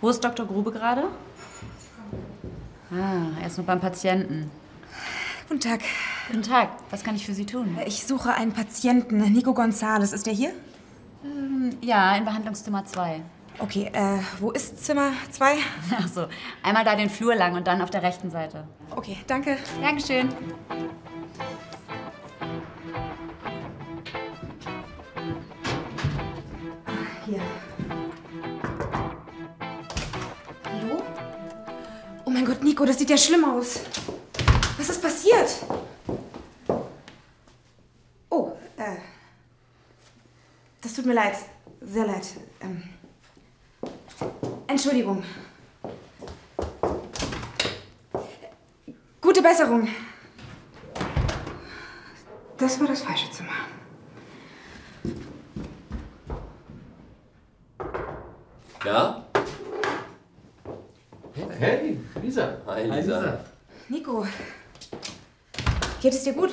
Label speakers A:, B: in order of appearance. A: Wo ist Dr. Grube gerade? Ah, er ist noch beim Patienten.
B: Guten Tag.
A: Guten Tag, was kann ich für Sie tun?
B: Ich suche einen Patienten. Nico Gonzales. Ist der hier?
A: Ja, in Behandlungszimmer 2.
B: Okay, äh, wo ist Zimmer 2?
A: Ach so, Also, einmal da den Flur lang und dann auf der rechten Seite.
B: Okay, danke.
A: Dankeschön.
B: Hier. Hallo? Oh mein Gott, Nico, das sieht ja schlimm aus. Was ist passiert? Oh, äh. Das tut mir leid. Sehr leid. Ähm, Entschuldigung. Gute Besserung. Das war das falsche Zimmer.
C: Ja?
D: Hey, Lisa.
C: Hi, Lisa.
B: Nico, geht es dir gut?